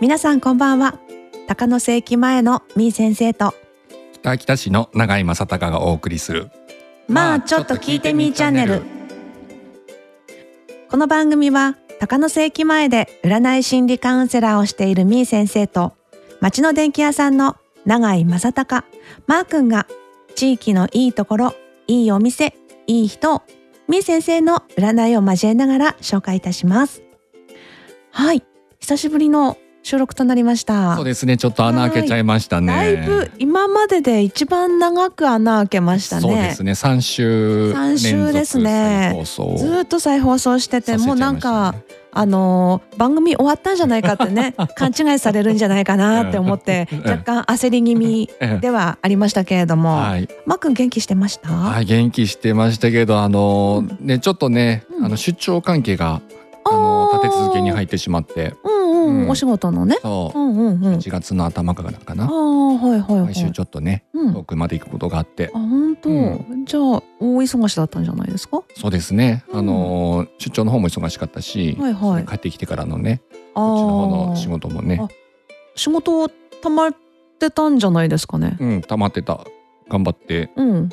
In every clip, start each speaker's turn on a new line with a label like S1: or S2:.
S1: 皆さんこんばんは高野世紀前のみー先生と
S2: 北秋田市の永井正隆がお送りする
S1: まあちょっと聞いてみーチャンネルこの番組は高野世紀前で占い心理カウンセラーをしているみー先生と町の電気屋さんの永井正隆マー君が地域のいいところいいお店いい人をみー先生の占いを交えながら紹介いたしますはい久しぶりの収録となりました
S2: そうですねちょっと穴開けちゃいましたね
S1: だいぶ今までで一番長く穴開けましたね。
S2: そうですね三週
S1: 三週ですね
S2: 連続再放送
S1: ずーっと再放送してて、
S2: させちゃいました
S1: もう
S2: ね
S1: なんかあのー番組終わったんじゃないかって ね勘違いされるんじゃないかなって思って
S2: うん
S1: 若干焦り気味
S2: ええ
S1: ではありましたけれども、
S2: はい、
S1: マックン元気してました、
S2: はい、元気してましたけどあのーねちょっとね、
S1: うん
S2: あの出張関係があ
S1: あー
S2: のー立て続けに入ってしまって
S1: うんうん、
S2: うん
S1: お仕事のね、
S2: そううん
S1: うんうん、あ
S2: 1月の頭からか
S1: あ
S2: な
S1: ーはいはいは
S2: 毎週
S1: い、
S2: ちょっとね
S1: うん、
S2: 遠くまで行くことがあって
S1: あ本当、
S2: う
S1: じゃあ大忙しだったんじゃないですか
S2: そうですね、
S1: うん
S2: あのー出張の方も忙しかったし、
S1: はいはい
S2: 帰ってきてからのね
S1: あ
S2: こっちの方
S1: ー
S2: の仕事もね
S1: あ仕事溜まってたんじゃないですかね
S2: うん溜まってた頑張って
S1: うん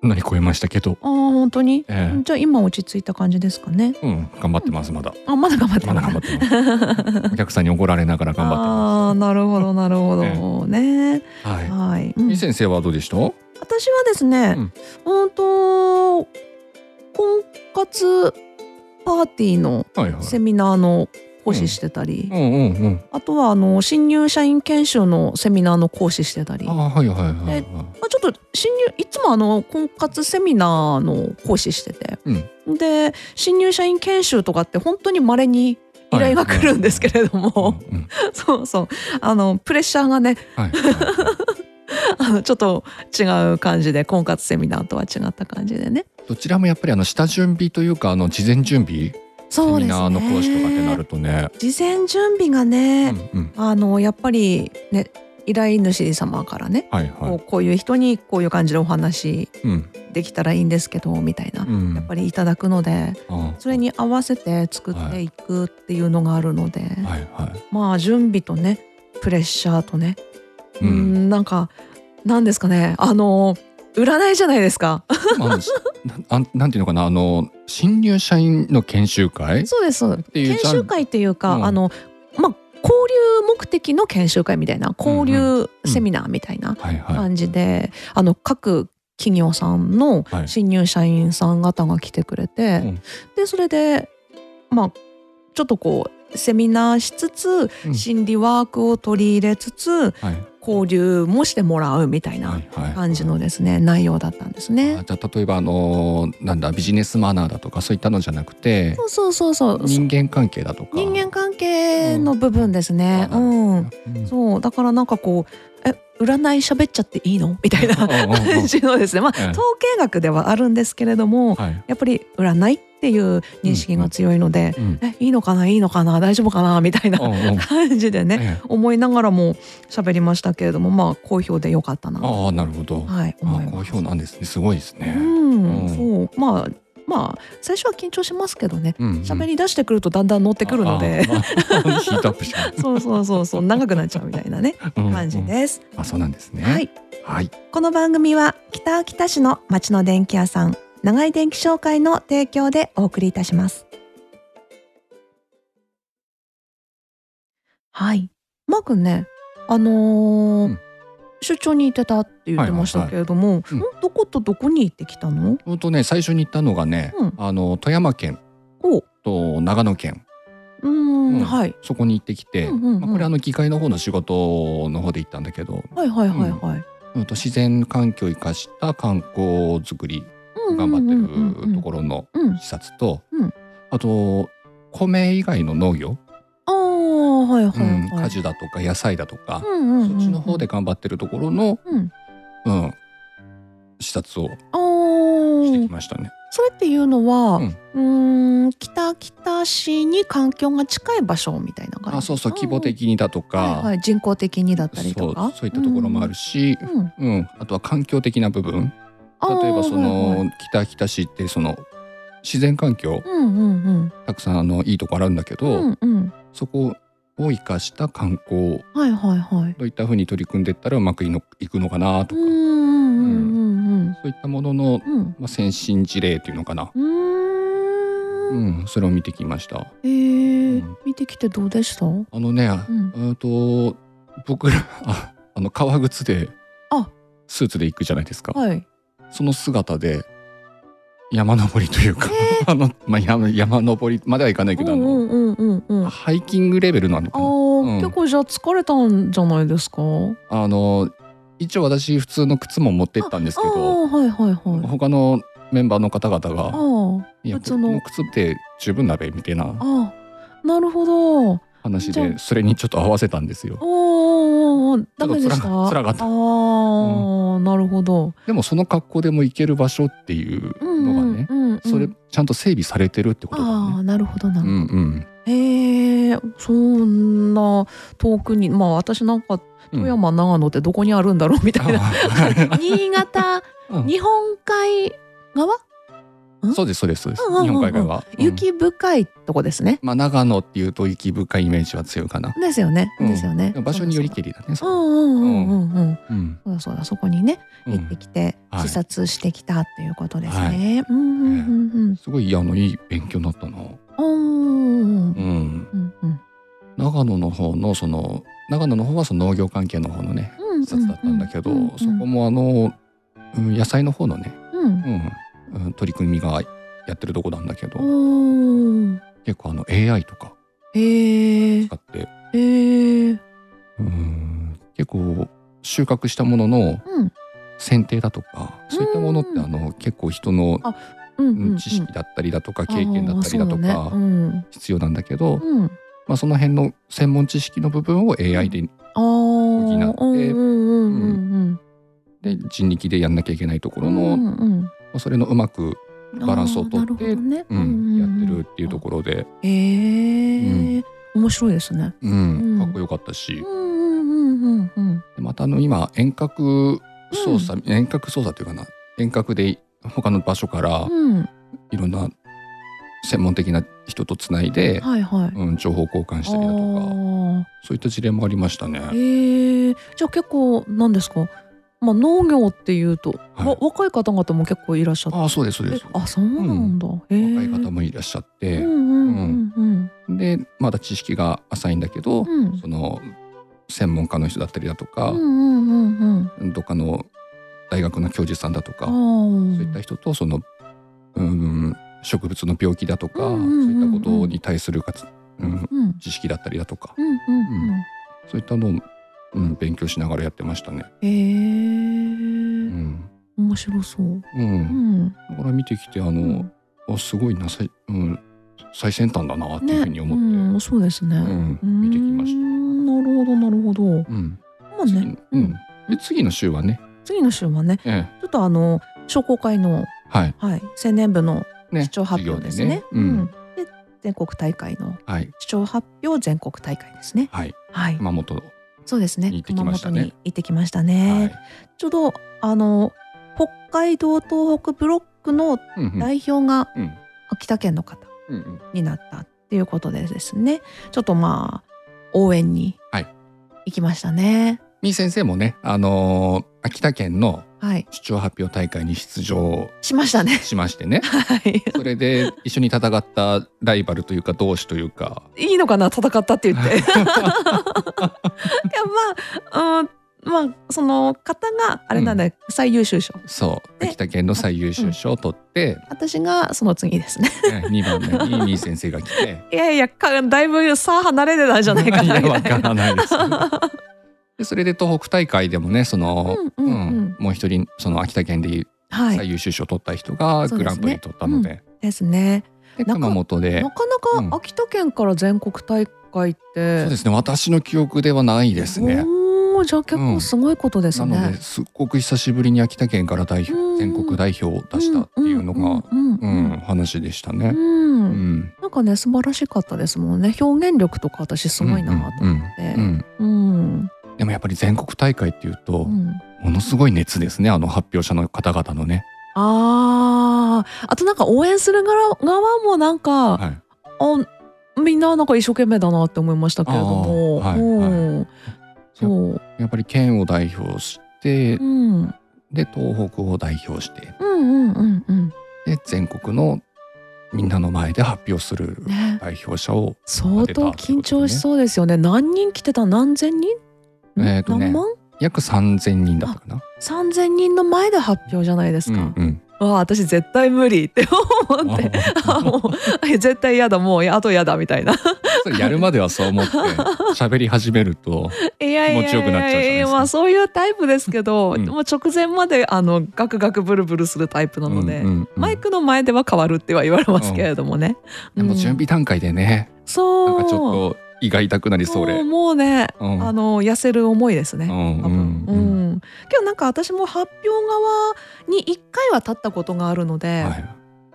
S2: 乗り越えましたけど、
S1: ああ本当に
S2: ええ
S1: じゃあ今落ち着いた感じですかね。
S2: うん頑張ってますまだ
S1: あまだ頑張って
S2: まだ頑張
S1: っ
S2: って ますお客さんに怒られながら頑張って
S1: ああ
S2: ま
S1: なるほどなるほどね。
S2: すは
S1: はい。う
S2: い。
S1: ん
S2: い先生はどうでした
S1: 私はですね
S2: うん、
S1: うんと婚活パーティーの
S2: はいはい
S1: セミナーの講師してたり
S2: う、んうんうん
S1: あとはあの新入社員研修のセミナーの講師してたり。
S2: ああはいはいはいは
S1: え
S2: い
S1: まあ、ちょっと新入いつもあの婚活セミナーの講師してて、で新入社員研修とかって本当に稀に依頼が来るんですけれども、
S2: うんうん
S1: そうそうあのプレッシャーがね
S2: はい
S1: あのちょっと違う感じで婚活セミナーとは違った感じでね
S2: どちらもやっぱりあの下準備というかあの事前準備セ
S1: そうです
S2: ミ
S1: ね
S2: ナーの講師とかってなるとね
S1: 事前準備が
S2: う
S1: ね、
S2: んうん
S1: あのやっぱりね依頼主様からね、
S2: はい
S1: こ
S2: は
S1: う
S2: い
S1: こういう人にこういう感じでお話
S2: うん
S1: できたらいいんですけどみたいな、
S2: う
S1: や
S2: ん
S1: っぱりいただくので
S2: ああ
S1: それに合わせて作っていくっていうのがあるので、
S2: はいはい
S1: まあ準備とねプレッシャーとねう
S2: うんん
S1: なんかなんですかねあの占いじゃないですか
S2: まああのしなあんなんていうのかなあの新入社員の研修会
S1: そうです
S2: ていう
S1: 研
S2: ジャン
S1: 修会っていうか、
S2: うん
S1: あのまあ交流目的の研修会みたいな交流セミナーみたいな
S2: はいはい
S1: 感じで、あの各企業さんの
S2: はい
S1: 新入社員さん方が来てくれて、
S2: ん
S1: でそれでまあちょっとこうセミナーしつつ、
S2: うん
S1: 心理ワークを取り入れつつ
S2: はい
S1: 交流もしてもらうみたい
S2: は
S1: ない
S2: はい
S1: 感じのですね、内容だったんですね。
S2: あじゃあ例えばあのなんだビジネスマナーだとかそういったのじゃなくて
S1: そうそうそうそう
S2: 人間関係だとか
S1: 人間関係の部分ですね。
S2: う
S1: うんん、
S2: うん
S1: そうだからなんかこうえ占い喋っちゃっていいのみたいな
S2: うんうんうん
S1: 感じのですね。まあ
S2: ええ
S1: 統計学ではあるんですけれども、
S2: はい
S1: やっぱり占いっていう認識が強いので、
S2: うん
S1: えいいのかないいのかな大丈夫かなみたいな
S2: うんうん
S1: 感じでね、
S2: ええ
S1: 思いながらも喋りましたけれどもまあ好評でよかったな
S2: ああなるほど
S1: はい思
S2: あ
S1: い
S2: 好
S1: ます
S2: 評なんですねすごいです
S1: う
S2: ね
S1: ん、
S2: うん
S1: そうまあまあ最初は緊張しますけどね
S2: うんうん
S1: 喋り出してくるとだんだん乗ってくるので
S2: あああ ヒートアップしま す
S1: そうそうそうそう長くなっちゃうみたいなね
S2: うんうん
S1: 感じです、
S2: あそうなんですね
S1: はい
S2: はい
S1: この番組は北秋田市の町の電気屋さん長井電気商会の提供でお送りいたしますはいマー君ねあのー
S2: うん
S1: 出張に行ってたって言ってましたけれども、
S2: いはい
S1: んどことどこに行ってきたの
S2: ほんとね最初に行ったのがね
S1: うん
S2: あの富山県
S1: おう
S2: と長野県
S1: ーん
S2: うん
S1: はい
S2: そこに行ってきて
S1: うんうんうん
S2: まあこれあの議会の方の仕事の方で行ったんだけど
S1: はいはいはいはい、
S2: うんと自然環境を生かした観光づくり
S1: うん
S2: 頑張
S1: うん
S2: って
S1: うんうんう
S2: る
S1: ん
S2: ところの
S1: うん
S2: 視察と、
S1: うん
S2: あと米以外の農業、
S1: ああはいは
S2: う
S1: いはい、
S2: ん、果樹だとか野菜だとか、
S1: うんうんうんうん、
S2: そっちの方で頑張ってるところの、
S1: うん
S2: うん、視察を
S1: あ
S2: してき
S1: ー
S2: ましたね。
S1: それっていうのは、
S2: う
S1: うんーん、北秋田市に環境が近い場所みたいな感じ。
S2: あそうそう規模的にだと
S1: うんはいは
S2: か、
S1: い、人工的にだったり
S2: そ
S1: と
S2: う
S1: か、
S2: そういったところもある
S1: し、
S2: し
S1: う、んうん
S2: うんあとは環境的な部分
S1: あー
S2: 例えばその、
S1: はいはい
S2: 北秋田市ってその自然環境
S1: うんうんうん
S2: たくさんあのいいところあるんだけど、
S1: うんうん
S2: そこをを生かした観光
S1: はいはいはい。
S2: どういったふうに取り組んでいったらうまくいのいくのかなと
S1: う
S2: か、
S1: んうんうん
S2: そういったものの、
S1: うんうん。
S2: まあ、先進事例というのかな、
S1: うん。
S2: う
S1: うん。
S2: ん、それを見てきました。
S1: えー
S2: うん
S1: 見てきてどうでした？
S2: あのね、
S1: ん
S2: うんと僕らああの革靴で
S1: あ
S2: スーツで行くじゃないですか、
S1: はい。
S2: その姿で山登りというか、 あのまあ、山山登りまではいかないけど、
S1: うんうんうんうんうん。
S2: あの
S1: あ
S2: ハイキングレベルなのか
S1: あ
S2: な
S1: ー、
S2: うん
S1: 結構じゃあ疲れたんじゃないですか？
S2: あの一応私普通の靴も持ってったんです
S1: あ
S2: けど
S1: あはいはいはい。
S2: 他のメンバーの方々
S1: あ
S2: が
S1: あ
S2: 「いや
S1: 普通
S2: こ
S1: の
S2: の靴って十分だべ」みたいな
S1: ああなるほど。おー
S2: 話
S1: じゃ
S2: でそれにちょっと合わせたんですよ。
S1: おーおーダメでした。
S2: ちょっと辛か辛かった
S1: ああ、なるほど。
S2: でもその格好でも行ける場所っていう
S1: うん
S2: のがね、
S1: うんうん、
S2: それちゃんと整備されてるってことだ
S1: あ
S2: よ
S1: あ
S2: ね。
S1: なるほどな
S2: う
S1: るほど。
S2: んうん
S1: へえそんな遠くにまあ私なんか
S2: うん。
S1: 富山長野ってどこにあるんだろうみたいな、
S2: あ
S1: 新潟
S2: うん
S1: 日本海側、ん
S2: そうですそうですそうです。
S1: うんうんうんうん
S2: 日本海側は、うん
S1: 雪深いとこですね、
S2: まあ長野っていうと雪深いイメージは強いかな。
S1: ですよね、
S2: うん
S1: ですよね
S2: 場所によりけりだね。そ
S1: そう
S2: こ
S1: んうんうんうんうん
S2: うん
S1: そうだそうだそこにね
S2: う
S1: 行って
S2: ん。
S1: きて
S2: はい
S1: 視察してきたっていうことですね、うんうんうん
S2: すごいあのいい勉強になったな。
S1: うんうんう
S2: う
S1: ん
S2: ん。
S1: うんうん
S2: 長野の方のその長野の方はその農業関係の方のね
S1: うん
S2: 視察だったんだけど、
S1: うんうんうん
S2: そこもあの、うん、野菜の方のね、
S1: うん
S2: うんうん、取り組みがやってるとこなんだけど、
S1: うん
S2: 結構あの AI とか
S1: へえ
S2: 使って
S1: へえ
S2: うん結構収穫したものの
S1: うん
S2: 剪定だとかそういったものって
S1: うん
S2: あの結構人の
S1: あうんうんうん
S2: 知識だったりだとか経験だったりだと
S1: あーそうね
S2: か
S1: うん
S2: 必要なんだけど
S1: うん、
S2: まあその辺の専門知識の部分を AI で
S1: あー
S2: 補って
S1: うんうんうんうん
S2: で人力でやんなきゃいけないとこ
S1: う
S2: ろ
S1: んう
S2: のま
S1: ん
S2: あそれのうまく
S1: うん、
S2: バランスをと
S1: あーな
S2: っ
S1: るほ
S2: て
S1: どね
S2: うんやってるっていうところで
S1: へえー面白いですね。
S2: うん
S1: うん
S2: かっこよかったし
S1: うんうんうんうん
S2: でまたあの今遠隔操作遠隔操作というかな遠隔で他の場所から
S1: うんうん
S2: いろんな専門的な人とつないで、
S1: はいはい。
S2: うん、情報交換したりだとかそういった事例もありましたね。
S1: あーへえじゃあ結構なんですか、まあ、農業っていうと、
S2: はい
S1: わ若い方々も結構いらっしゃって
S2: ああそうですそうです。
S1: あそうなんだ、へえ
S2: 若い方もいらっしゃっ
S1: うん
S2: て
S1: う、んうんうん
S2: でまだ知識が浅いんだけ
S1: う
S2: ど、
S1: ん
S2: その専門家の人だったりだとか
S1: うん、うんうんうん
S2: どっかの大学の教授さんだとか、
S1: あ
S2: そういった人とその、うん、植物の病気だとか、
S1: うんうんうんうん
S2: そういったことに対するかつ、うん、
S1: うん
S2: 知識だったりだとか、
S1: うんうんうん
S2: そういったのを、うん、勉強しながらやってましたね。
S1: へえ
S2: うん
S1: 面白そう。
S2: う、
S1: うんん。
S2: だから見てきてあの、あすごいなさい、うん、最先端だなっていうふうに思って、
S1: うん、そうですね。
S2: うん
S1: うん
S2: 見てきまし
S1: なるほどなるほど。
S2: た。うん
S1: まあね、う
S2: う
S1: んん、
S2: で次の週はね、
S1: 次の週はね、
S2: ええ、
S1: ちょっとあの商工会の
S2: はい、
S1: はい青年部の
S2: ね、
S1: 市長発表ですね。
S2: 授業でねうん、
S1: で全国大会の
S2: はい、
S1: 市長発表全国大会ですね。
S2: はい、
S1: はい。
S2: 熊本、は
S1: そうですね。
S2: 行ってきましたね
S1: 熊本に行ってきましたね。
S2: い、
S1: ちょうどあの北海道東北ブロックの
S2: うんうん、
S1: 代表が
S2: うん
S1: 秋田県の方。
S2: うんうん、
S1: になったっていうことでですねちょっとまあ応援に
S2: はい
S1: 行きましたね
S2: みー先生もね、あのー秋田県の
S1: はい、
S2: 市長発表大会に出場
S1: しましたね、
S2: しましてね
S1: はい
S2: それで一緒に戦ったライバルというか同志とい うか、
S1: いいのかな戦ったって言ってい やまあうんまあその方があれなんだ、最優秀賞
S2: そう、
S1: ね
S2: 秋田県の最優秀賞を取って、
S1: 私がその次ですね
S2: ね二番目にみー先生が来て。
S1: いやいやかだいぶ差離れてたんじゃないかな
S2: や
S1: み
S2: わ
S1: たい
S2: か
S1: な
S2: らない ですよね。でそれで東北大会でもねその、
S1: うんうんうん
S2: うんもう一人その秋田県で
S1: は
S2: 最
S1: い
S2: 優秀賞を取った人が
S1: そう
S2: グ
S1: で
S2: ラ
S1: すね
S2: ンプリ取ったので,、
S1: ですね
S2: で
S1: なんか
S2: 熊本で
S1: なかなか秋田県から全国大会って、
S2: そうですね私の記憶ではないですね。
S1: おーじゃあ結構すごいことです
S2: な
S1: ね、
S2: のですっごく久しぶりに秋田県から代表
S1: うん
S2: 全国代表を出したっていうのが、
S1: うんう
S2: うんん
S1: うん
S2: 話でした
S1: う
S2: ね。
S1: んう
S2: う
S1: ん
S2: ん
S1: なんかね素晴らしかったですもんね表現力とか私すごいなと思って
S2: うんうん
S1: うん
S2: うんでもやっぱり全国大会っていうと、
S1: うん
S2: ものすごい熱ですねあの発表者の方々のね。
S1: あーあとなんか応援する側側もなんか、
S2: はい
S1: あみんななんか一生懸命だなって思いましたけれども、
S2: あーはい
S1: うんそう、
S2: やっぱり県を代表して、
S1: うん、うん
S2: で東北を代表して
S1: うんうんうん
S2: で全国のみんなの前で発表する
S1: ね
S2: 代表者を、
S1: 相当緊張しそうですよね何人来てた何千人、
S2: えーとね
S1: 何万
S2: 約3,000人だったかな。
S1: 三千人の前で発表じゃないですか、
S2: うん
S1: わあ私絶対無理って
S2: う
S1: 思
S2: ん
S1: ってあもう あ絶対嫌だもういやあと嫌だみたいな
S2: それやるまではそう思って 喋り始めると
S1: いやいやいや
S2: 気持ちよくなっちゃうじゃないですか
S1: まあそういうタイプですけど、
S2: うん
S1: もう直前まであのガクガクブルブルするタイプなので、
S2: うんうんうん
S1: マイクの前では変わるっては言われますけれどもね、
S2: でも準備段階でね、
S1: そう
S2: なんかちょっと胃が痛くなりそ
S1: も
S2: うで
S1: う、もうね、
S2: うん
S1: あの痩せる思いですね、
S2: うん
S1: 多分
S2: うんうん
S1: うんけどなんか私も発表側に1回は立ったことがあるので、
S2: はい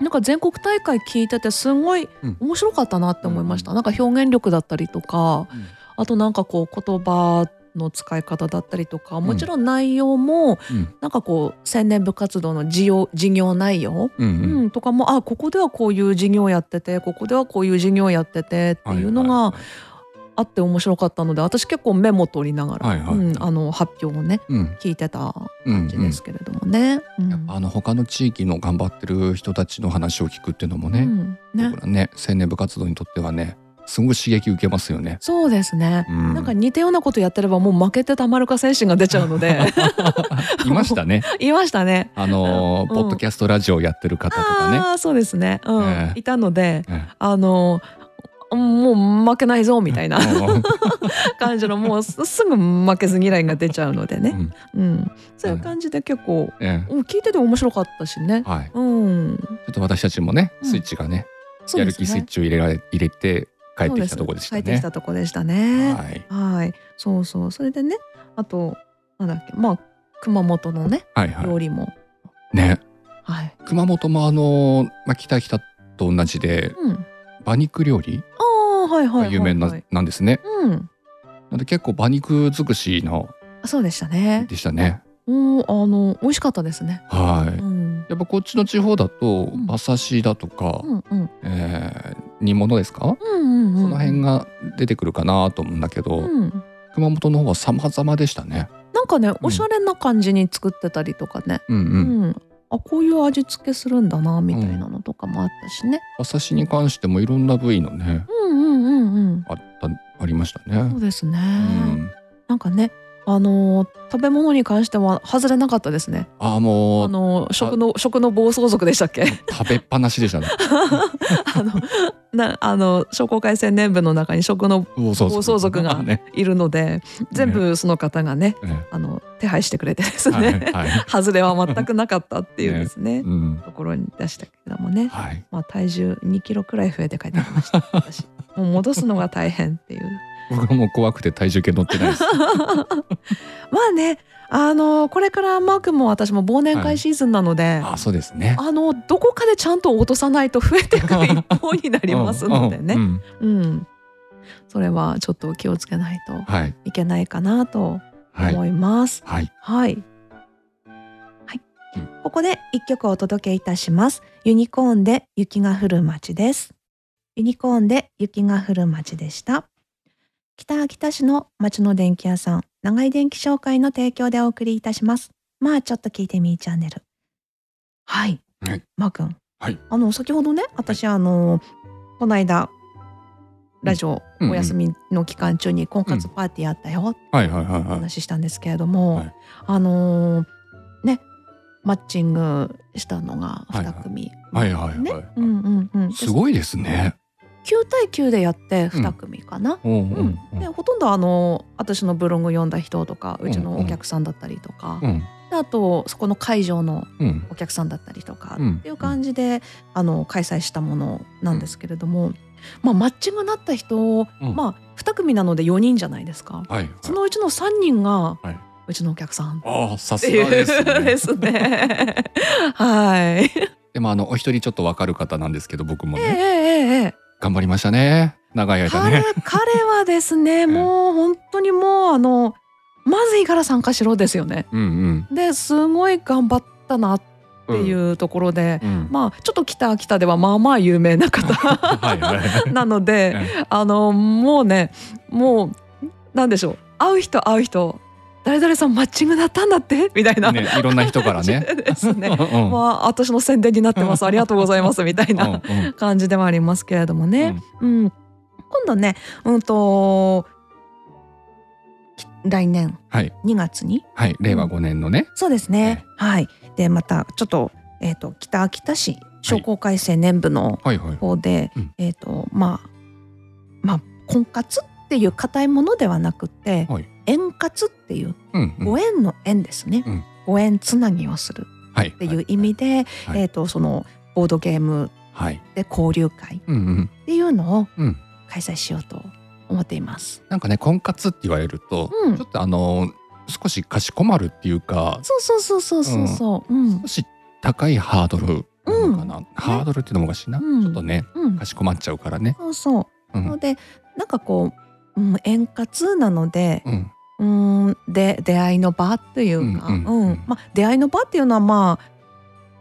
S1: なんか全国大会聞いててすごい
S2: うん
S1: 面白かったなって思いました、
S2: うん
S1: なんか表現力だったりとか
S2: うん
S1: あとなんかこう言葉の使い方だったりとかもちろん内容も
S2: うん
S1: なんかこう青年部活動の事業事業内容、
S2: う
S1: うんん、とかもあここではこういう事業やっててここではこういう事業やっててって
S2: うん
S1: いうのがあって面白かったので私結構メモ取りながら、
S2: はいはい
S1: うん、あの発表をね
S2: うん
S1: 聞いてた
S2: うん
S1: 感じですけれどもね。うん
S2: やっぱあの他の地域の頑張ってる人たちの話を聞くっていうのもね、
S1: うんね
S2: 僕らね青年部活動にとってはねすごい刺激受けますよね。
S1: そうですね、
S2: うん
S1: なんか似たようなことやってればもう負けてたまるか精神が出ちゃうので
S2: いましたね。
S1: 言いましたね。
S2: あのー
S1: うん
S2: ポッドキャストラジオやってる方とかね。
S1: ああそうですね、うん
S2: ええ
S1: いたので
S2: ええ
S1: あのもう負けないぞみたいな感じのもうすすぐ負けず嫌いが出ちゃうので
S2: う
S1: ね、
S2: ん
S1: うん、そういう感じで結構、
S2: え
S1: うん、聞いてて面白かったしね
S2: え。はい。ち
S1: うん、
S2: ょっと私たちもね
S1: うん
S2: スイッチがね、
S1: そう
S2: や
S1: で
S2: る
S1: す
S2: 気
S1: ね
S2: スイッチを入れられ入れて帰ってきたとこでした
S1: そうす帰ってき
S2: ね。
S1: たとこでしたね。
S2: はい
S1: はい、そうそう、それでね、あと、なんだっけ、まあ、熊本のね、
S2: はいは
S1: 料理も。
S2: い。ね
S1: はい。
S2: 熊本もあのーまあ北北と同じで
S1: うん。
S2: 馬肉料理
S1: ああ、はいはいはい、は
S2: が
S1: い。
S2: 有名ななんですね。
S1: うん。
S2: なんで結構馬肉尽くしの
S1: あそうでしたね。
S2: でしたね。
S1: うん、あの、美味しかったですね。
S2: はい。
S1: うん。
S2: やっぱこっちの地方だと
S1: ん
S2: 馬刺しだとか、
S1: うんうん。
S2: えー煮物ですか、
S1: うんうんうん。
S2: その辺。が出てくるかなと思うんだけど、
S1: うん。
S2: 熊本の方は様々でしたね。
S1: なんかね、おしゃれな感じに作ってたりとかね。
S2: うんう。
S1: うんん。あ、こういう味付けするんだなみたいなのとかもあったしね。
S2: 馬刺しに関してもいろんな部位のね
S1: うんうんうんうん。
S2: あったありました
S1: そう
S2: ね。
S1: ですね。
S2: うん、
S1: なんかね、あのー食べ物に関しては外れなかったですね。
S2: あーも
S1: あ
S2: う
S1: のー食の食の暴走族でしたっけ？
S2: 食べっぱなしでしたね。
S1: あのなあの商工会青年部の中に食の
S2: 暴
S1: 暴走族が
S2: ね。
S1: いるので、全部その方がね、
S2: え
S1: あの手配してくれてです
S2: え
S1: ね、
S2: はいはい。
S1: 外れは全くなかったっていうですね。
S2: うん
S1: ところに出したけどもね、
S2: はい。
S1: まあ体重2キロくらい増えて帰ってきました。 私もう戻すのが大変っていう。
S2: 僕はもう怖くて体重計乗ってない です。
S1: まあね、あのーこれからマークも私も忘年会シーズンなので、
S2: あーそうですね。
S1: あのどこかでちゃんと落とさないと増えていく一方になりますので
S2: うん
S1: ね、
S2: うん
S1: うん、それはちょっと気をつけないと
S2: はい
S1: いけないかなと
S2: はい
S1: 思います。
S2: はい。
S1: はい、はい
S2: うん
S1: ここで一曲お届けいたします。ユニコーンで雪が降る街です。ユニコーンで雪が降る街でした。北秋田市の町の電気屋さん、長井電気商会の提供でお送りいたします。まあちょっと聞いてみーチャンネル。はい。
S2: はい
S1: まーくん。
S2: はい
S1: あの先ほどね、私あのこの間ラジオ
S2: うんうん
S1: お休みの期間中に婚活パーティーあったよ
S2: はいはいはい
S1: お
S2: はい。
S1: 話ししたんですけれども、
S2: はい
S1: あのーねマッチングしたのが
S2: はい
S1: 2
S2: はい
S1: 組、
S2: はいはいはい
S1: ねうんうんうん、
S2: すごいですね。
S1: 9対9でやって2組かな、
S2: うん
S1: うんでほとんどあの私のブログ読んだ人とかうちのお客さんだったりとか、
S2: うん
S1: であとそこの会場の
S2: うん
S1: お客さんだったりとか、
S2: うん
S1: っていう感じであの開催したものなんですけれども、まあ、マッチングになった人、
S2: うん
S1: まあ、2組なので4人じゃないですか。
S2: はいはい。
S1: そのうちの3人が、
S2: はいう
S1: ちのお客さんっ
S2: ああさ
S1: て
S2: す
S1: い
S2: が
S1: う
S2: ですね
S1: で。すね。はい。
S2: でもあのお一人ちょっとわかる方なんですけど僕も
S1: ええ
S2: ね
S1: ええええ
S2: 頑張りましたね長い間
S1: 彼
S2: ね。
S1: 彼はです ね、もう本当にもうあのまずいから参加しろですよね。
S2: うんうん
S1: ですごい頑張ったなっっていうところで、
S2: うん
S1: まあちょっと北秋田ではまあまあ有名な方
S2: はいはい。
S1: なので、あのもうねもうなんでしょう会う人会う人誰々さんマッチングだったんだってみたいな、
S2: ね、いろんな人からね。
S1: ですね。
S2: うん
S1: まあ私の宣伝になってますありがとうございますみたいな
S2: うんうん
S1: 感じではありますけれどもね。うん、今度ね、うんとき来年
S2: はい
S1: 2月に
S2: はい令和五年のね。
S1: そうですね。はい。でまたちょっとえっ、と北秋田市商工会青年部の
S2: はいはい。
S1: 方で、
S2: うん
S1: えっ、とまあまあ婚活っていう固いものではなくて、
S2: はい
S1: 円滑っていう
S2: うんうん
S1: ご縁の縁ですね。
S2: うん
S1: ご縁つなぎをする
S2: はいっ
S1: っていう意味で、
S2: はい
S1: えっ、とそのボードゲーム
S2: はい。
S1: で交流会
S2: うんうん。
S1: っていうのを
S2: うん
S1: 開催しようと思っています。
S2: なんかね婚活って言われると、
S1: うん
S2: ちょっとあの少しかしこまるっていうか
S1: そうそうそうそうそうそう。うん
S2: 少し高いハードルなのかな、ハードルっていうのもおかしいな、
S1: うん
S2: ちょっとね
S1: うん
S2: か。しこまっちゃうからね。
S1: そうそう。
S2: う
S1: なの
S2: ん
S1: でなんかこう、うん、円滑なので、
S2: うん
S1: うーんで出会いの場っていうか、
S2: う
S1: うんん
S2: うんうん
S1: まあ出会いの場っていうのはまあ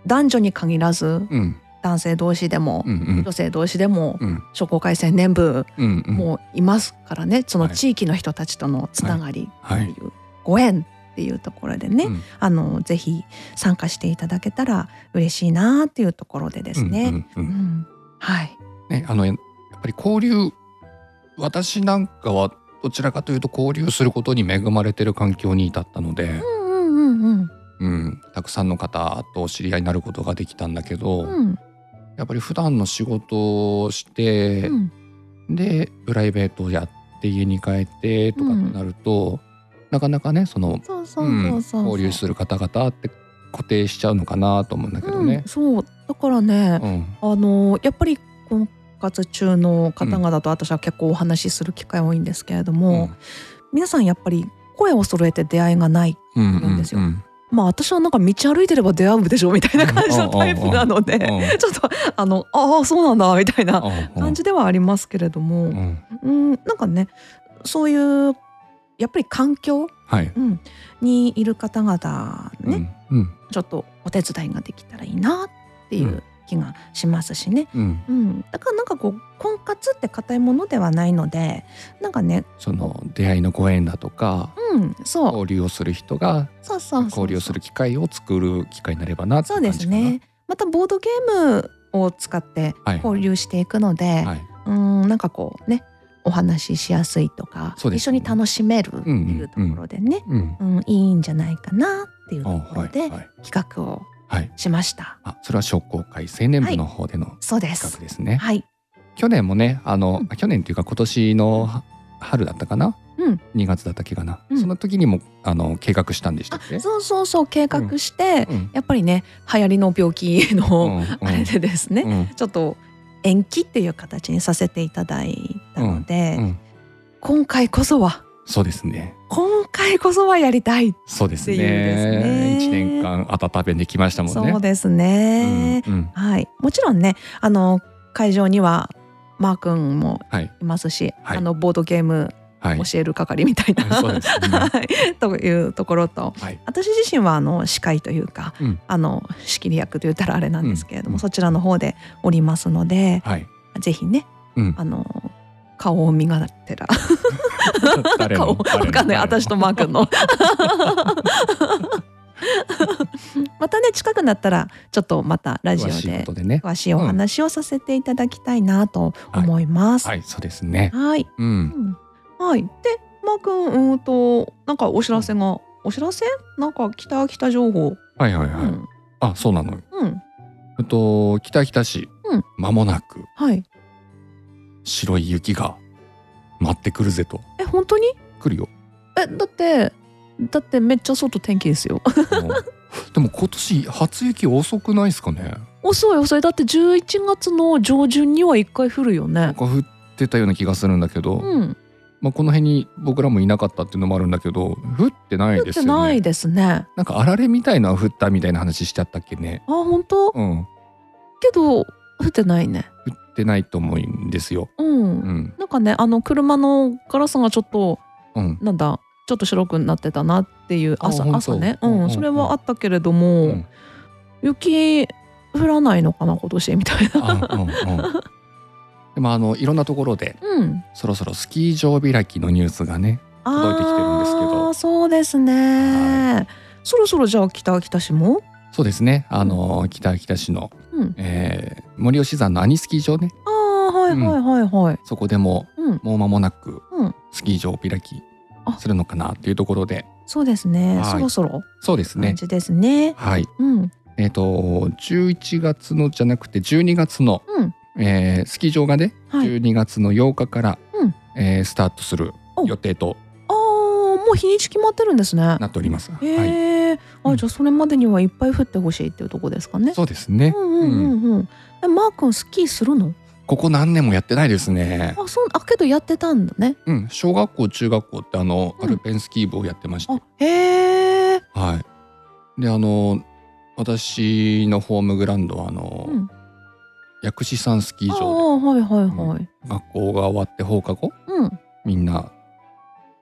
S1: 男女に限らず
S2: うん
S1: 男性同士でも、
S2: うんうん
S1: 女性同士でも、
S2: うん
S1: 商工会青年部
S2: うんうん
S1: もいますからね、その
S2: はい
S1: 地域の人たちとのつながりって
S2: はい
S1: いう、ご縁っていうところでね、
S2: うん
S1: あのぜひ参加していただけたら嬉しいなっていうところでですね。
S2: うんうん
S1: う
S2: うん
S1: んはい、
S2: ねあのやっぱり交流私なんかはどちらかというと交流することに恵まれてる環境に至ったので、
S1: うんうんうん
S2: うん、たくさんの方とお知り合いになることができたんだけど、
S1: うんうん
S2: やっぱり普段の仕事をして、
S1: うん
S2: でプライベートをやって家に帰ってとかってなると、なかなかねその
S1: そうそうそうそう、
S2: うん交流する方々って固定しちゃうのかなと思うんだけどね
S1: うん、。そうだからね
S2: う、ん
S1: あのやっぱり婚活中の方々と私は結構お話しする機会多いんですけれども、皆さんやっぱり声を揃えて出会いがない
S2: うん
S1: なんですよ
S2: う
S1: まあ私はなんか道歩いてれば出会うでしょみたいな感じのタイプなので、
S2: うん
S1: ちょっとあのああそうなんだみたいな
S2: うん
S1: 感じではありますけれども、
S2: うんうん
S1: うん、なんかねそういうやっぱり環境、
S2: はい。
S1: うん、にいる方々ね、
S2: うんうん
S1: ちょっとお手伝いができたらいいなっていう気がしますしね。
S2: うん、
S1: うん、だからなんかこう婚活って固いものではないのでなんかね
S2: その出会いのご縁だとか
S1: うんそう
S2: 交流をする人が
S1: そうそうそう
S2: 交流する機会を作る機会になればなって
S1: そう
S2: 感じ
S1: で
S2: かな
S1: すね。またボードゲームを使って
S2: はい
S1: 交流していくので、
S2: はい、
S1: うんなんかこうねお話ししやすいとか、
S2: そうで
S1: 一
S2: す
S1: 緒
S2: ね
S1: に楽しめるっていうところでね、
S2: うん、
S1: うんいいんじゃないかなっていう
S2: あ
S1: ところ
S2: はい
S1: で
S2: はい、
S1: 企画を
S2: はい、
S1: しました。
S2: あそれは商工会青年部の方での
S1: そうで
S2: 企画
S1: す。
S2: ですね。
S1: はい。
S2: 去年もねあの、
S1: うん
S2: 去年というか今年のは春だったかな、
S1: うん
S2: 2月だった気がな、
S1: うん
S2: その時にもあの計画したんでした
S1: あ
S2: っけ
S1: そうそうそう計画して、
S2: うん
S1: やっぱりね流行りの病気
S2: う
S1: の、
S2: ん
S1: あれでですね、
S2: うんうん
S1: ちょっと延期っていう形にさせていただいたので、
S2: うん
S1: 今回こそは
S2: そうですね
S1: 今回こそはやりたい、
S2: そうです
S1: っていうです
S2: ね
S1: ね
S2: 一年間温めてきましたもんね
S1: そうですね、
S2: うんうん
S1: はいもちろんねあの会場にはマー君も
S2: はい
S1: いますし、
S2: はい
S1: あのボードゲーム
S2: はい
S1: 教える係みたいな、
S2: はい そうですね
S1: はいというところと
S2: はい
S1: 私自身はあの司会というか、
S2: うん
S1: あの仕切り役と言ったらあれなんですけれども、
S2: うん
S1: そちらの方でおりますので
S2: はい
S1: ぜひね
S2: うん
S1: あの顔を磨ってら
S2: 誰
S1: 顔
S2: の
S1: わかんない私とマー君の またね近くなったらちょっとまたラジオ
S2: 詳しいこ
S1: で
S2: とでね
S1: 詳しいお話をさせていただきたいなと思います。
S2: はいそうですね
S1: はい、
S2: う
S1: うんんはい、でマー君うーんとなんかお知らせがお知らせなんか北北情報、
S2: はいはいうはい、
S1: ん
S2: あそうなの
S1: うん
S2: えっと北北市、
S1: うん
S2: 間もなく
S1: はい
S2: 白い雪が待ってくるぜと
S1: え本当に
S2: 来 るよ
S1: えだってだってめっちゃ外天気ですよ
S2: でも今年初雪遅くないですかね。
S1: 遅い遅いだって11月の上旬には一回降るよ
S2: な
S1: ね
S2: んか降ってたような気がするんだけど、
S1: うん
S2: まあこの辺に僕らもいなかったっていうのもあるんだけど、降ってない
S1: 降
S2: で
S1: っ
S2: す
S1: て
S2: よね。
S1: ないですねあ
S2: なんかあられみたいな降ったみたいな話しちゃったっけね。
S1: 本当
S2: うん、降
S1: けど降ってないね
S2: ってないと思うんですよ。
S1: うん、
S2: うん、
S1: なんかねあの車のガラスがちょっと
S2: うん、
S1: なんだちょっと白くなってたなっていう
S2: あ
S1: 朝
S2: 本当
S1: 朝ね
S2: う
S1: うん、
S2: うんんうん
S1: それはあったけれども、
S2: うん
S1: 雪降らないのかな今年みたいな。
S2: あうんうんでもあのいろんなところで
S1: うん。
S2: そろそろスキー場開きのニュースがね届いてきてるんですけど
S1: あーそうですね。そろそろじゃあ北秋田市も。
S2: そうですねあの北秋田市の、
S1: うん。
S2: えー森吉山のアニスキー場ね
S1: ああはいはいはいはい。
S2: そこでも
S1: うん。
S2: もう間もなく
S1: うん
S2: スキー場を開き
S1: あ
S2: するのかなっていうところで
S1: そうですね。
S2: はい
S1: そろそろ
S2: そうですね
S1: 感じですね。
S2: はい
S1: うん
S2: えっ、と11月のじゃなくて12月の、
S1: うん
S2: えースキー場がね、
S1: はい。
S2: 12月の8日から、
S1: うん
S2: えースタートする
S1: お
S2: 予定と
S1: ああもう日にち決まってるんですね。
S2: なっております。
S1: へ
S2: はい、
S1: え。
S2: う
S1: あ
S2: ん
S1: じゃあそれまでにはいっぱい降ってほしいっていうとこですかね。
S2: そうですね、
S1: うんうんうんうん。えマー君スキーするの？
S2: ここ何年もやってないですね。
S1: あそうあけどやってたんだね。
S2: うん、小学校中学校ってあの、
S1: うん
S2: アルペンスキー部をやってまして
S1: あ、へえ。
S2: はい。であの私のホームグラウンドはあの、
S1: うん。
S2: 薬師山スキー
S1: ああ
S2: 場
S1: はいはいはい。
S2: で学校が終わって放課後
S1: うん。
S2: みんな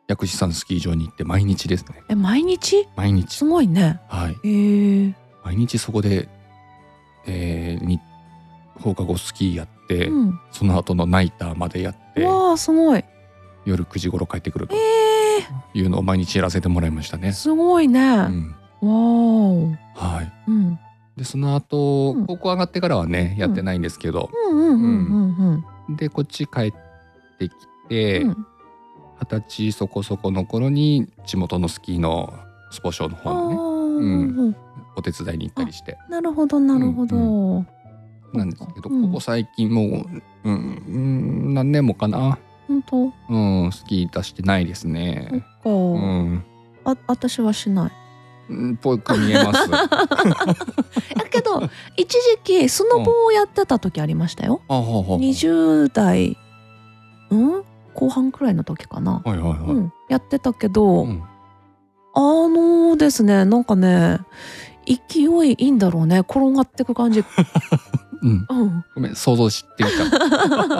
S2: 薬師山スキー場に行って毎日ですね
S1: え毎日？
S2: 毎日
S1: すごいね。
S2: はい
S1: へえ。
S2: 毎日そこで、えーに放課後スキーやって、
S1: うん。
S2: その後のナイターまでやって
S1: わあすごい。
S2: 夜9時頃帰ってくると
S1: ええ
S2: いうのを毎日やらせてもらいましたね。
S1: すごいね。
S2: う
S1: わあ。
S2: ん、
S1: うん。
S2: はい
S1: うん
S2: でその後、
S1: うん
S2: 高校上がってからはねやってないんですけど、
S1: うんうんうんうん。
S2: でこっち帰ってきて
S1: うん
S2: 二十、歳そこそこの頃に地元のスキーのスポショーの
S1: あ
S2: 方の
S1: ー
S2: ねお手伝いに行ったりして
S1: なるほどなるほ
S2: う
S1: ど。
S2: なんですけど、
S1: うん
S2: ここ最近もう、うんうん、何年もかな、
S1: 本当
S2: うん、スキー出してないです
S1: そっ
S2: ね。
S1: か。
S2: うん
S1: あ私はしない。
S2: うん、ぽく見え ます。あ
S1: だけど 一時期スノボをやってた時ありましたよ。
S2: ほうほう
S1: 20代うん後半くらいの時かな、
S2: はいはいは
S1: う
S2: い。
S1: ん、やってたけど、
S2: うん
S1: あのですねなんかね勢いいいんだろうね転がってく感じ、
S2: うん、
S1: うん、
S2: ごめん想像してみ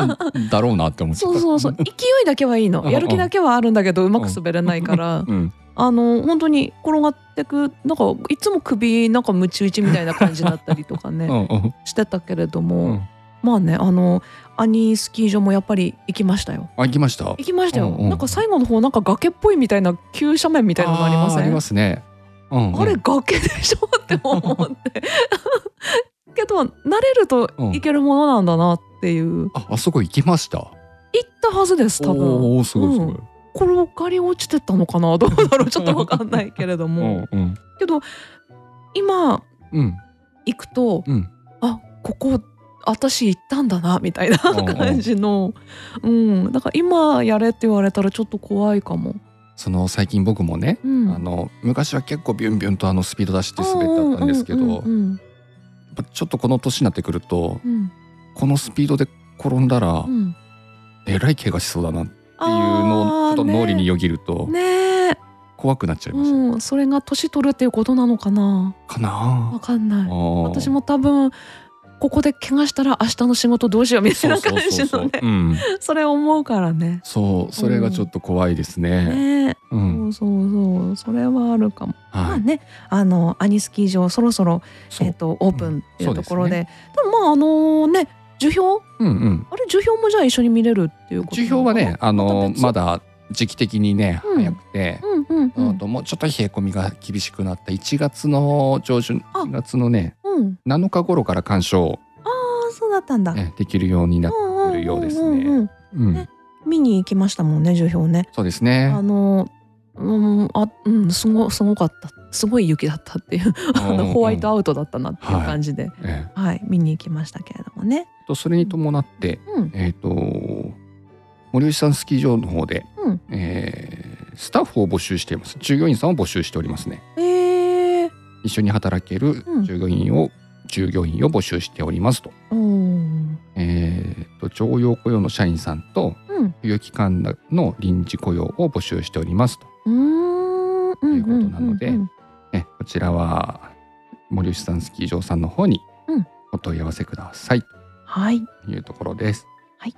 S2: ただろうなって思っちゃ
S1: そ
S2: った。
S1: うそうそう勢いだけはいいのやる気だけはあるんだけどうまく滑れないから
S2: うん、
S1: あの本当に転がってくなんかいつも首なんかムチ打ちみたいな感じだったりとかね、
S2: うんうん
S1: してたけれども、
S2: うん。
S1: まあねあのアニースキー場もやっぱり行きましたよ。
S2: あ行きました。
S1: 行きましたよ、
S2: うんうん
S1: なんか最後の方なんか崖っぽいみたいな急斜面みたいなのありません
S2: ー
S1: あ
S2: ありますね。うんうん、
S1: れ崖でしょって思って けど慣れるといけるものなんだなっていう、行っ
S2: ああそこ行きました。
S1: たはずです多分
S2: おおすごいすごい。
S1: 転がり落ちてったのかなどうだ ろうちょっとわかんないけれど
S2: う
S1: も、
S2: んうん
S1: けど今
S2: うん
S1: 行くと
S2: うん。
S1: あここ私行ったんだなみたいな
S2: うんうん
S1: 感じのうんだから今やれって言われたらちょっと怖いかも。
S2: その最近僕もね、
S1: うん、
S2: あの昔は結構ビュンビュンとあのスピード出して滑ってたんですけど、
S1: うん
S2: や
S1: うんうん
S2: っぱちょっとこの年になってくると
S1: うんうん
S2: このスピードで転んだら
S1: うんうん
S2: えらい怪我しそうだなっていう
S1: あ
S2: のをちょ
S1: ー
S2: っと脳裏によぎると
S1: ねえねえ
S2: 怖くなっちゃいました。
S1: うん、それが年取るっていうことなのかな
S2: かな
S1: わ
S2: あ。
S1: かんない私
S2: 私
S1: も多分ここで怪我したら明日の仕事どうしようみたい な感じのね
S2: うん、
S1: それ思うからね
S2: そうそれがちょっと怖いですね。
S1: ねえ
S2: う
S1: そ
S2: ん、
S1: うそうそうそれはあるかも、ま
S2: は
S1: あ
S2: い。
S1: ねあのアニスキー場そろそろ、
S2: そ
S1: えっ
S2: う、
S1: とオープンっていうところで,、
S2: う
S1: でもまああのね樹氷
S2: うんうん。
S1: あれ樹氷もじゃあ一緒に見れるっていうこと
S2: 樹氷はね、あの
S1: また別
S2: まだ時期的にね、
S1: うん
S2: 早くて、
S1: うんうんう
S2: あ
S1: ん
S2: ともうちょっと冷え込みが厳しくなった1月の上旬、
S1: あ
S2: 1月のね、
S1: うん
S2: 7日頃から鑑賞、
S1: ああそうだったんだ。
S2: ね、できるようになっ、
S1: うん
S2: るようですね
S1: んんん
S2: うん
S1: ね見に行きましたもんね、樹氷ね。
S2: そうですね
S1: あ。の、うん、あ、うん、すご、すごかった。すごい雪だったっていう、あ
S2: うんう
S1: の
S2: ん
S1: ホワイトアウトだったなっていう感じで、はい、
S2: ええ
S1: 見に行きましたけれどもね。
S2: とそれに伴って、
S1: うん、
S2: えっ、と森吉さんスキー場の方で、
S1: うん
S2: えースタッフを募集しています。従業員さんを募集しておりますね。
S1: えー、
S2: 一緒に働ける
S1: うん
S2: 従業員を、従業員を募集しておりますと。
S1: うん、
S2: えーと常用雇用の社員さんと
S1: うん、
S2: 有期間の臨時雇用を募集しておりますと、
S1: うん、と
S2: いうことなのでね、こちらは森吉さんスキー場さんの方に
S1: うん
S2: お問い合わせください
S1: はい、
S2: というところです。
S1: はい、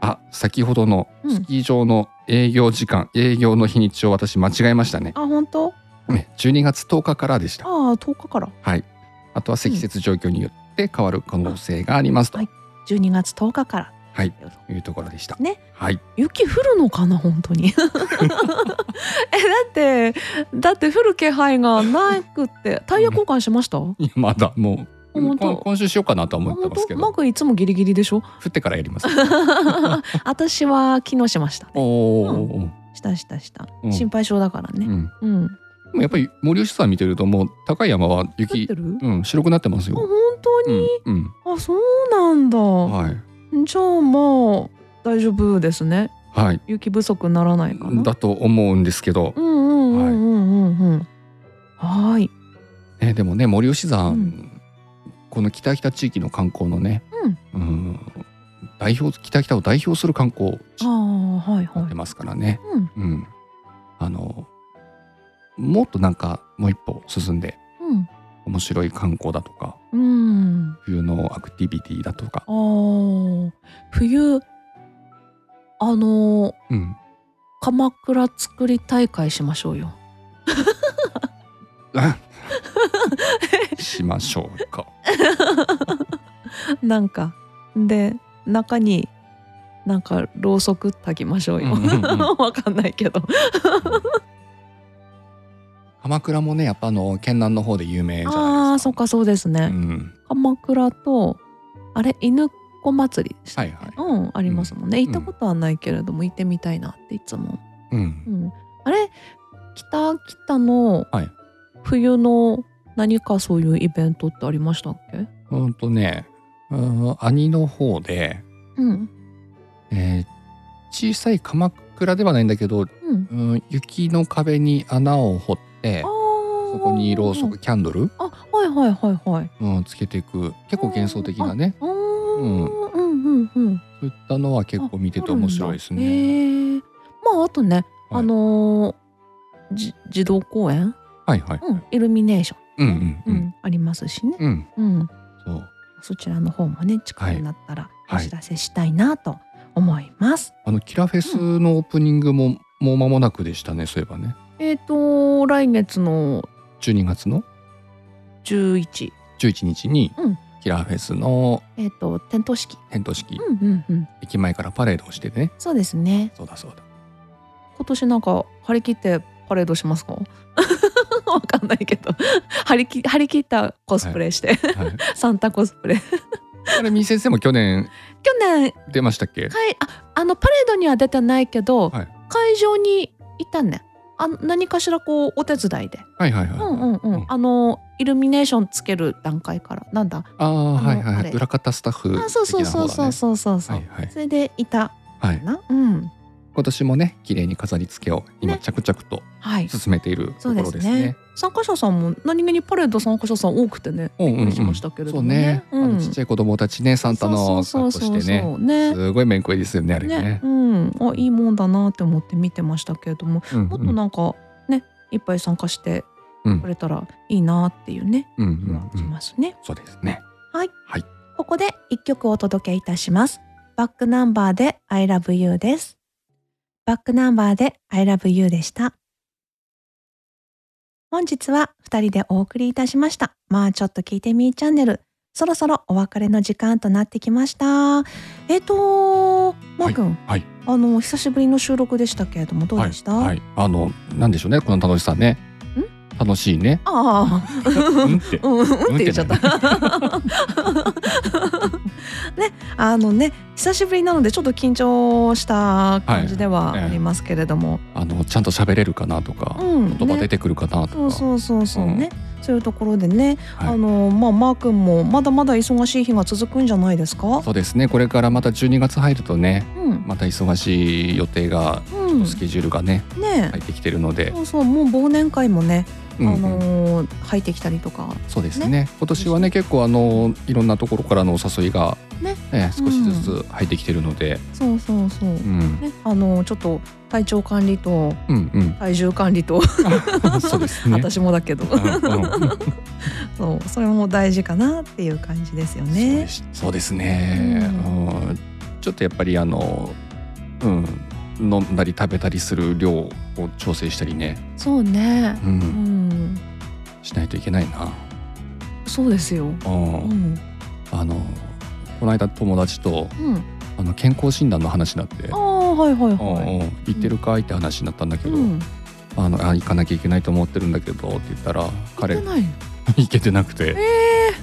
S2: あ先ほどの
S1: うん
S2: スキー場の営業時間、営業の日にちを私間違えましたね
S1: あ、本当、
S2: ね12月10日からでした
S1: ああ、10日から、
S2: はいあとは積雪状況によって変わる可能性がありますと
S1: はい12月10日から
S2: はいいうところでした。
S1: ね
S2: はい、
S1: 雪降るのかな本当に えだってだって降る気配がなくってタイヤ交換しました
S2: いやまだもう
S1: 本当
S2: 今今週しようかなとは思って
S1: 本
S2: ますけ
S1: 当
S2: ど、
S1: マグいつもギリギリでしょ
S2: 降ってから やります。
S1: 私は昨日しました
S2: おお、
S1: したしたした、
S2: うん
S1: 心配性だから
S2: う
S1: ね
S2: ん、で
S1: うん、
S2: もやっぱり森吉さん見てるともう高い山は
S1: 降っ
S2: 雪
S1: て、る、あ
S2: うん、白くなってます
S1: 本
S2: よ。
S1: 当
S2: うん
S1: に、、
S2: うん、
S1: あそうなんだ、
S2: はい、
S1: じゃあまあ大丈夫ですね
S2: はい、
S1: 雪不足にならないかな
S2: だと思うんですけど
S1: う、んうんうんうんうんうんはーい
S2: ね、でもね森吉さ
S1: う
S2: ん、
S1: ん
S2: この北北地域の観光のね、うん、代表北北を代表する観光地
S1: ああはい
S2: にな
S1: は
S2: って
S1: い
S2: ますからね、
S1: うん
S2: うん、あのもっとなんかもう一歩進んで
S1: うん
S2: 面白い観光だとか
S1: うん、
S2: 冬のアクティビティだとか
S1: あ、ー冬あのー
S2: うん、
S1: 鎌倉作り大会しましょうよ。
S2: あしましょ うか。
S1: なんかで中になんかろうそく焚きましょうよ。
S2: うんうんうん
S1: わかんないけど。
S2: 鎌倉もねやっぱあの県南の方で有名じゃないですか。
S1: ああーそっかそうです
S2: う
S1: ね。
S2: ん、
S1: 鎌倉とあれ犬子祭りでしたっけ、
S2: はいはい
S1: うんありますもんね、
S2: うん
S1: 行ったことはないけれども行ってみたいなっていつも、
S2: う、
S1: うんん、あれ北北の
S2: はい
S1: 冬の何かそういうイベントってありましたっけ、
S2: うんとね、うん、兄の方で、
S1: うん
S2: えー小さい鎌倉ではないんだけど、
S1: うん、
S2: うん、雪の壁に穴を掘って
S1: あ
S2: そ
S1: そ
S2: こにろうそくキャンドル、
S1: あはいはいはいはい
S2: うん、つけていく結構幻想的なね
S1: あーうんうんうん
S2: そういったのは結構見てて面白いです
S1: ある
S2: ね。
S1: んだへーまああとね、
S2: はい
S1: あのーじ児童公園、
S2: はいはい。
S1: うん、イルミネーション、
S2: うんう
S1: うんん、ありますしね、
S2: うんうん。
S1: うん、
S2: そう
S1: そちらの方もね近くになったらお
S2: はい
S1: 知らせしたいなと思います。
S2: あのキラフェスのオープニングも、もう間もなくでしたねそういえばね
S1: えっ、と来月の
S2: 12月の
S1: 11
S2: 11日に、
S1: うん
S2: キラフェスの
S1: えっ、と点灯式、
S2: 点灯式、
S1: うんうんうん、
S2: 駅前からパレードをしてね
S1: そうですね。
S2: そうだそう だ
S1: 今年なんか張り切ってパレードしますか？ わかんないけど張りき張り切ったコスプレして、
S2: はい、
S1: サンタコスプレ。去
S2: あれみー先生も去年
S1: 年
S2: 出ましたっけ
S1: 会ああのパレードには出てないけど、
S2: はい
S1: 会場にいたね。あ何かしらこうお手伝いで。
S2: はいはいはい、
S1: うんうんうん、
S2: うん
S1: あのイルミネーションつける段階からなんだ
S2: ああ
S1: あの
S2: はい
S1: あ
S2: は
S1: れ
S2: い裏方スタッフ的な方だ、ね、
S1: あそうそうそうそうそうそうそう、
S2: はいはい
S1: それでいた
S2: は
S1: か
S2: い
S1: な、うん
S2: 今年もね綺麗に飾り付けを今
S1: ね
S2: 着々と
S1: はい
S2: 進めていると
S1: そう
S2: こ
S1: で
S2: ろ
S1: す
S2: で
S1: ね
S2: すね
S1: 参加者さんも何気にパレード参加者さん多くてね
S2: うんうんう
S1: びっ
S2: ん
S1: くりしましたけれ
S2: そ
S1: ど
S2: う
S1: もね
S2: ね、あ
S1: う
S2: の
S1: ん
S2: ちっちゃい子供たちねサンタの
S1: そう
S2: 格好
S1: そう
S2: してね
S1: そうそうね
S2: すごいめんこいですよねあれね
S1: ねうんあいいもんだなって思って見てましたけれども、
S2: うん
S1: もっ
S2: う
S1: と
S2: ん
S1: なんかねいっぱい参加して
S2: うん
S1: くれたらいいなっていうね、
S2: うんう
S1: 気は
S2: んう
S1: し
S2: ん
S1: ますね、
S2: そうですね
S1: ここで一曲お届けいたします。バックナンバーで I love you です。バックナンバーで I love you でした。本日は二人でお送りいたしました。まあちょっと聞いてみーチャンネル。そろそろお別れの時間となってきました。えっ、と、マー君、
S2: はい
S1: あの久しぶりの収録でしたけれどもどうでした？
S2: はい、はい、あのなんでしょうねこの楽しさね楽し いね
S1: ああ、
S2: うんって
S1: うん、うんって言っちゃった。 ね、あのね、久しぶりなので、ちょっと緊張した感じでは
S2: はい
S1: ありますけれども。
S2: あのちゃんと喋れるかなとか、
S1: うん、
S2: 言葉出
S1: ね。
S2: てくるかなとか、
S1: そうそうそうそうね、そういうところでね、
S2: はい
S1: あのまあマー君もまだまだ忙しい日が続くんじゃないですか。
S2: そうですねこれからまた12月入るとね
S1: うん、
S2: また忙しい予定が、
S1: うん、ね
S2: スケジュールがね
S1: え、
S2: 入ってきてるので、
S1: そうそう、もう忘年会もね、
S2: うんうん
S1: あのー入ってきたりとか、
S2: そうですね今年はね結構あのいろんなところからのお誘いが、
S1: ね
S2: ね少しずつ入ってきてるので、
S1: そうそうそう、
S2: うん
S1: ね、あのーちょっと体調管理と
S2: うんうん
S1: 体重管理と、
S2: あそうですね。
S1: 私もだけど、
S2: うんうんそう
S1: そう、それも大事かなっていう感じですよ
S2: で
S1: ね。
S2: しそうですね、
S1: う
S2: うんちょっとやっぱりあの、うん、飲んだり食べたりする量を調整したりね、
S1: そうね。
S2: うん
S1: うん、
S2: しないといけないな。
S1: そうですよ。
S2: う
S1: うんん。
S2: あのこの間友達と
S1: うん。
S2: あの健康診断の話になって
S1: ああ、はいはい
S2: うん
S1: は
S2: うん行ってるかいって話になったんだけ
S1: い。
S2: ど、
S1: うん。
S2: あのあ行かなきゃいけないと思ってるんだけどって言ったら彼
S1: 行ってない。
S2: 行けてなくて
S1: え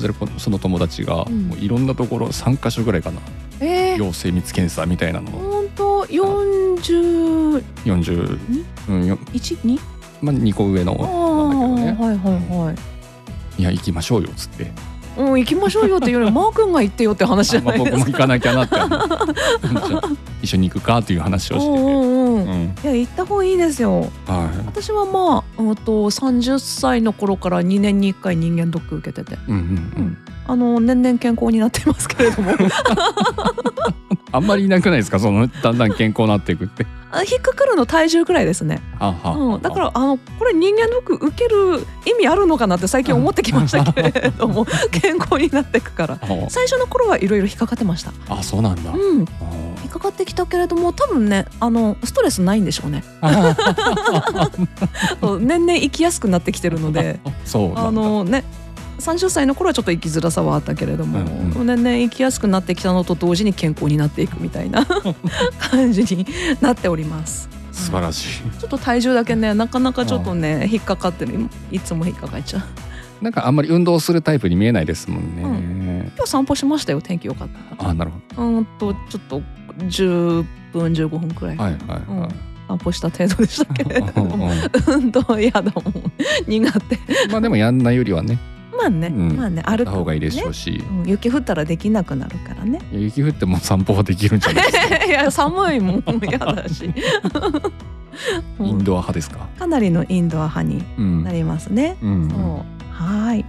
S2: それこその友達が、
S1: うん
S2: もういろんなところ3か所ぐらいかな
S1: え。ええ。
S2: 陽性密検査みたいなのを
S1: 本当、四十
S2: 40、うんよ
S1: 一二。
S2: まあ、2個上の
S1: ああ、
S2: なんだけどね
S1: はいはいはい。
S2: 「いや行きましょうよ」っつって
S1: うん、行きましょうよっていうより、マー君が行ってよって話じゃ
S2: あま
S1: な
S2: あ
S1: い
S2: 僕
S1: で
S2: も
S1: す
S2: 行
S1: か。
S2: かなきゃなって じゃあ一緒に行くかという話を
S1: う
S2: し
S1: ん
S2: てて。
S1: うんうん。
S2: う
S1: い
S2: ん
S1: や、行った方がいいですよ。
S2: は
S1: 私はまあ、うんと、三十歳の頃から二年に一回人間ドック受けてて。
S2: いうんうんうん、
S1: あの、年々健康になってますけれども。
S2: あんまりいなくないですか そのだんだん健康になっていくって。
S1: あ引っかかるの体重くらいですね。
S2: はあはあ
S1: うん、だからあのこれ人間ドック受ける意味あるのかなって最近思ってきましたけれど も健康になってくから
S2: あ
S1: 最初の頃はいろいろ引っかかってました
S2: あそうなんだ。
S1: うん引
S2: あー
S1: っかかってきたけれども多分ねあのストレスないんでし ょうねあと年々生きやすくなってきてるので
S2: そうなんだ。
S1: あのね30歳の頃はちょっと生きづらさはあったけれども、
S2: うんう
S1: 年々生きやすくなってきたのと同時に健康になっていくみたいな 感じになっております
S2: 素晴らしい。
S1: ちょっと体重だけねなかなかちょっとね引っかかってるいつも引っかかっちゃう
S2: なんかあんまり運動するタイプに見えないですもんね。
S1: う今日散歩しましたよ天気良かったか
S2: あなるほ
S1: らうーんとちょっと10分15分くらい
S2: ど。はいはいはい。
S1: 散歩した程度でしたけれど
S2: うん
S1: も
S2: うん
S1: 運動は嫌だもん苦手
S2: まあでもやんないよりはね、
S1: まあね、
S2: うん
S1: まあね歩
S2: た
S1: く
S2: 方がいいでしょ
S1: ね
S2: うし、
S1: うん雪降ったらできなくなるからね
S2: 雪降っても散歩はできるんじゃないですか。
S1: いや寒いもん嫌だし
S2: インドア派ですか。
S1: かなりのインドア派に
S2: うん
S1: な。りますね、
S2: うんうん
S1: そうはーい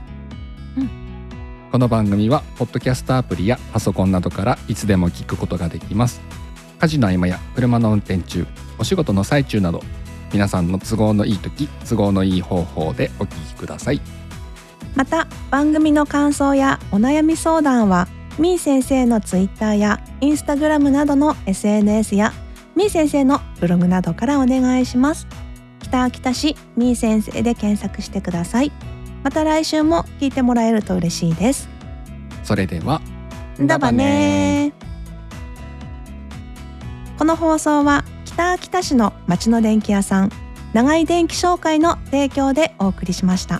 S2: この番組はポッドキャストアプリやパソコンなどからいつでも聞くことができます家事の合間や車の運転中お仕事の最中など皆さんの都合のいい時都合のいい方法でお聞きください
S1: また番組の感想やお悩み相談はみー先生のツイッターやインスタグラムなどの SNS やみー先生のブログなどからお願いします北秋田市みー先生で検索してくださいまた来週も聞いてもらえると嬉しいです
S2: それでは
S1: だばねこの放送は北秋田市の町の電気屋さん長井電気商会の提供でお送りしました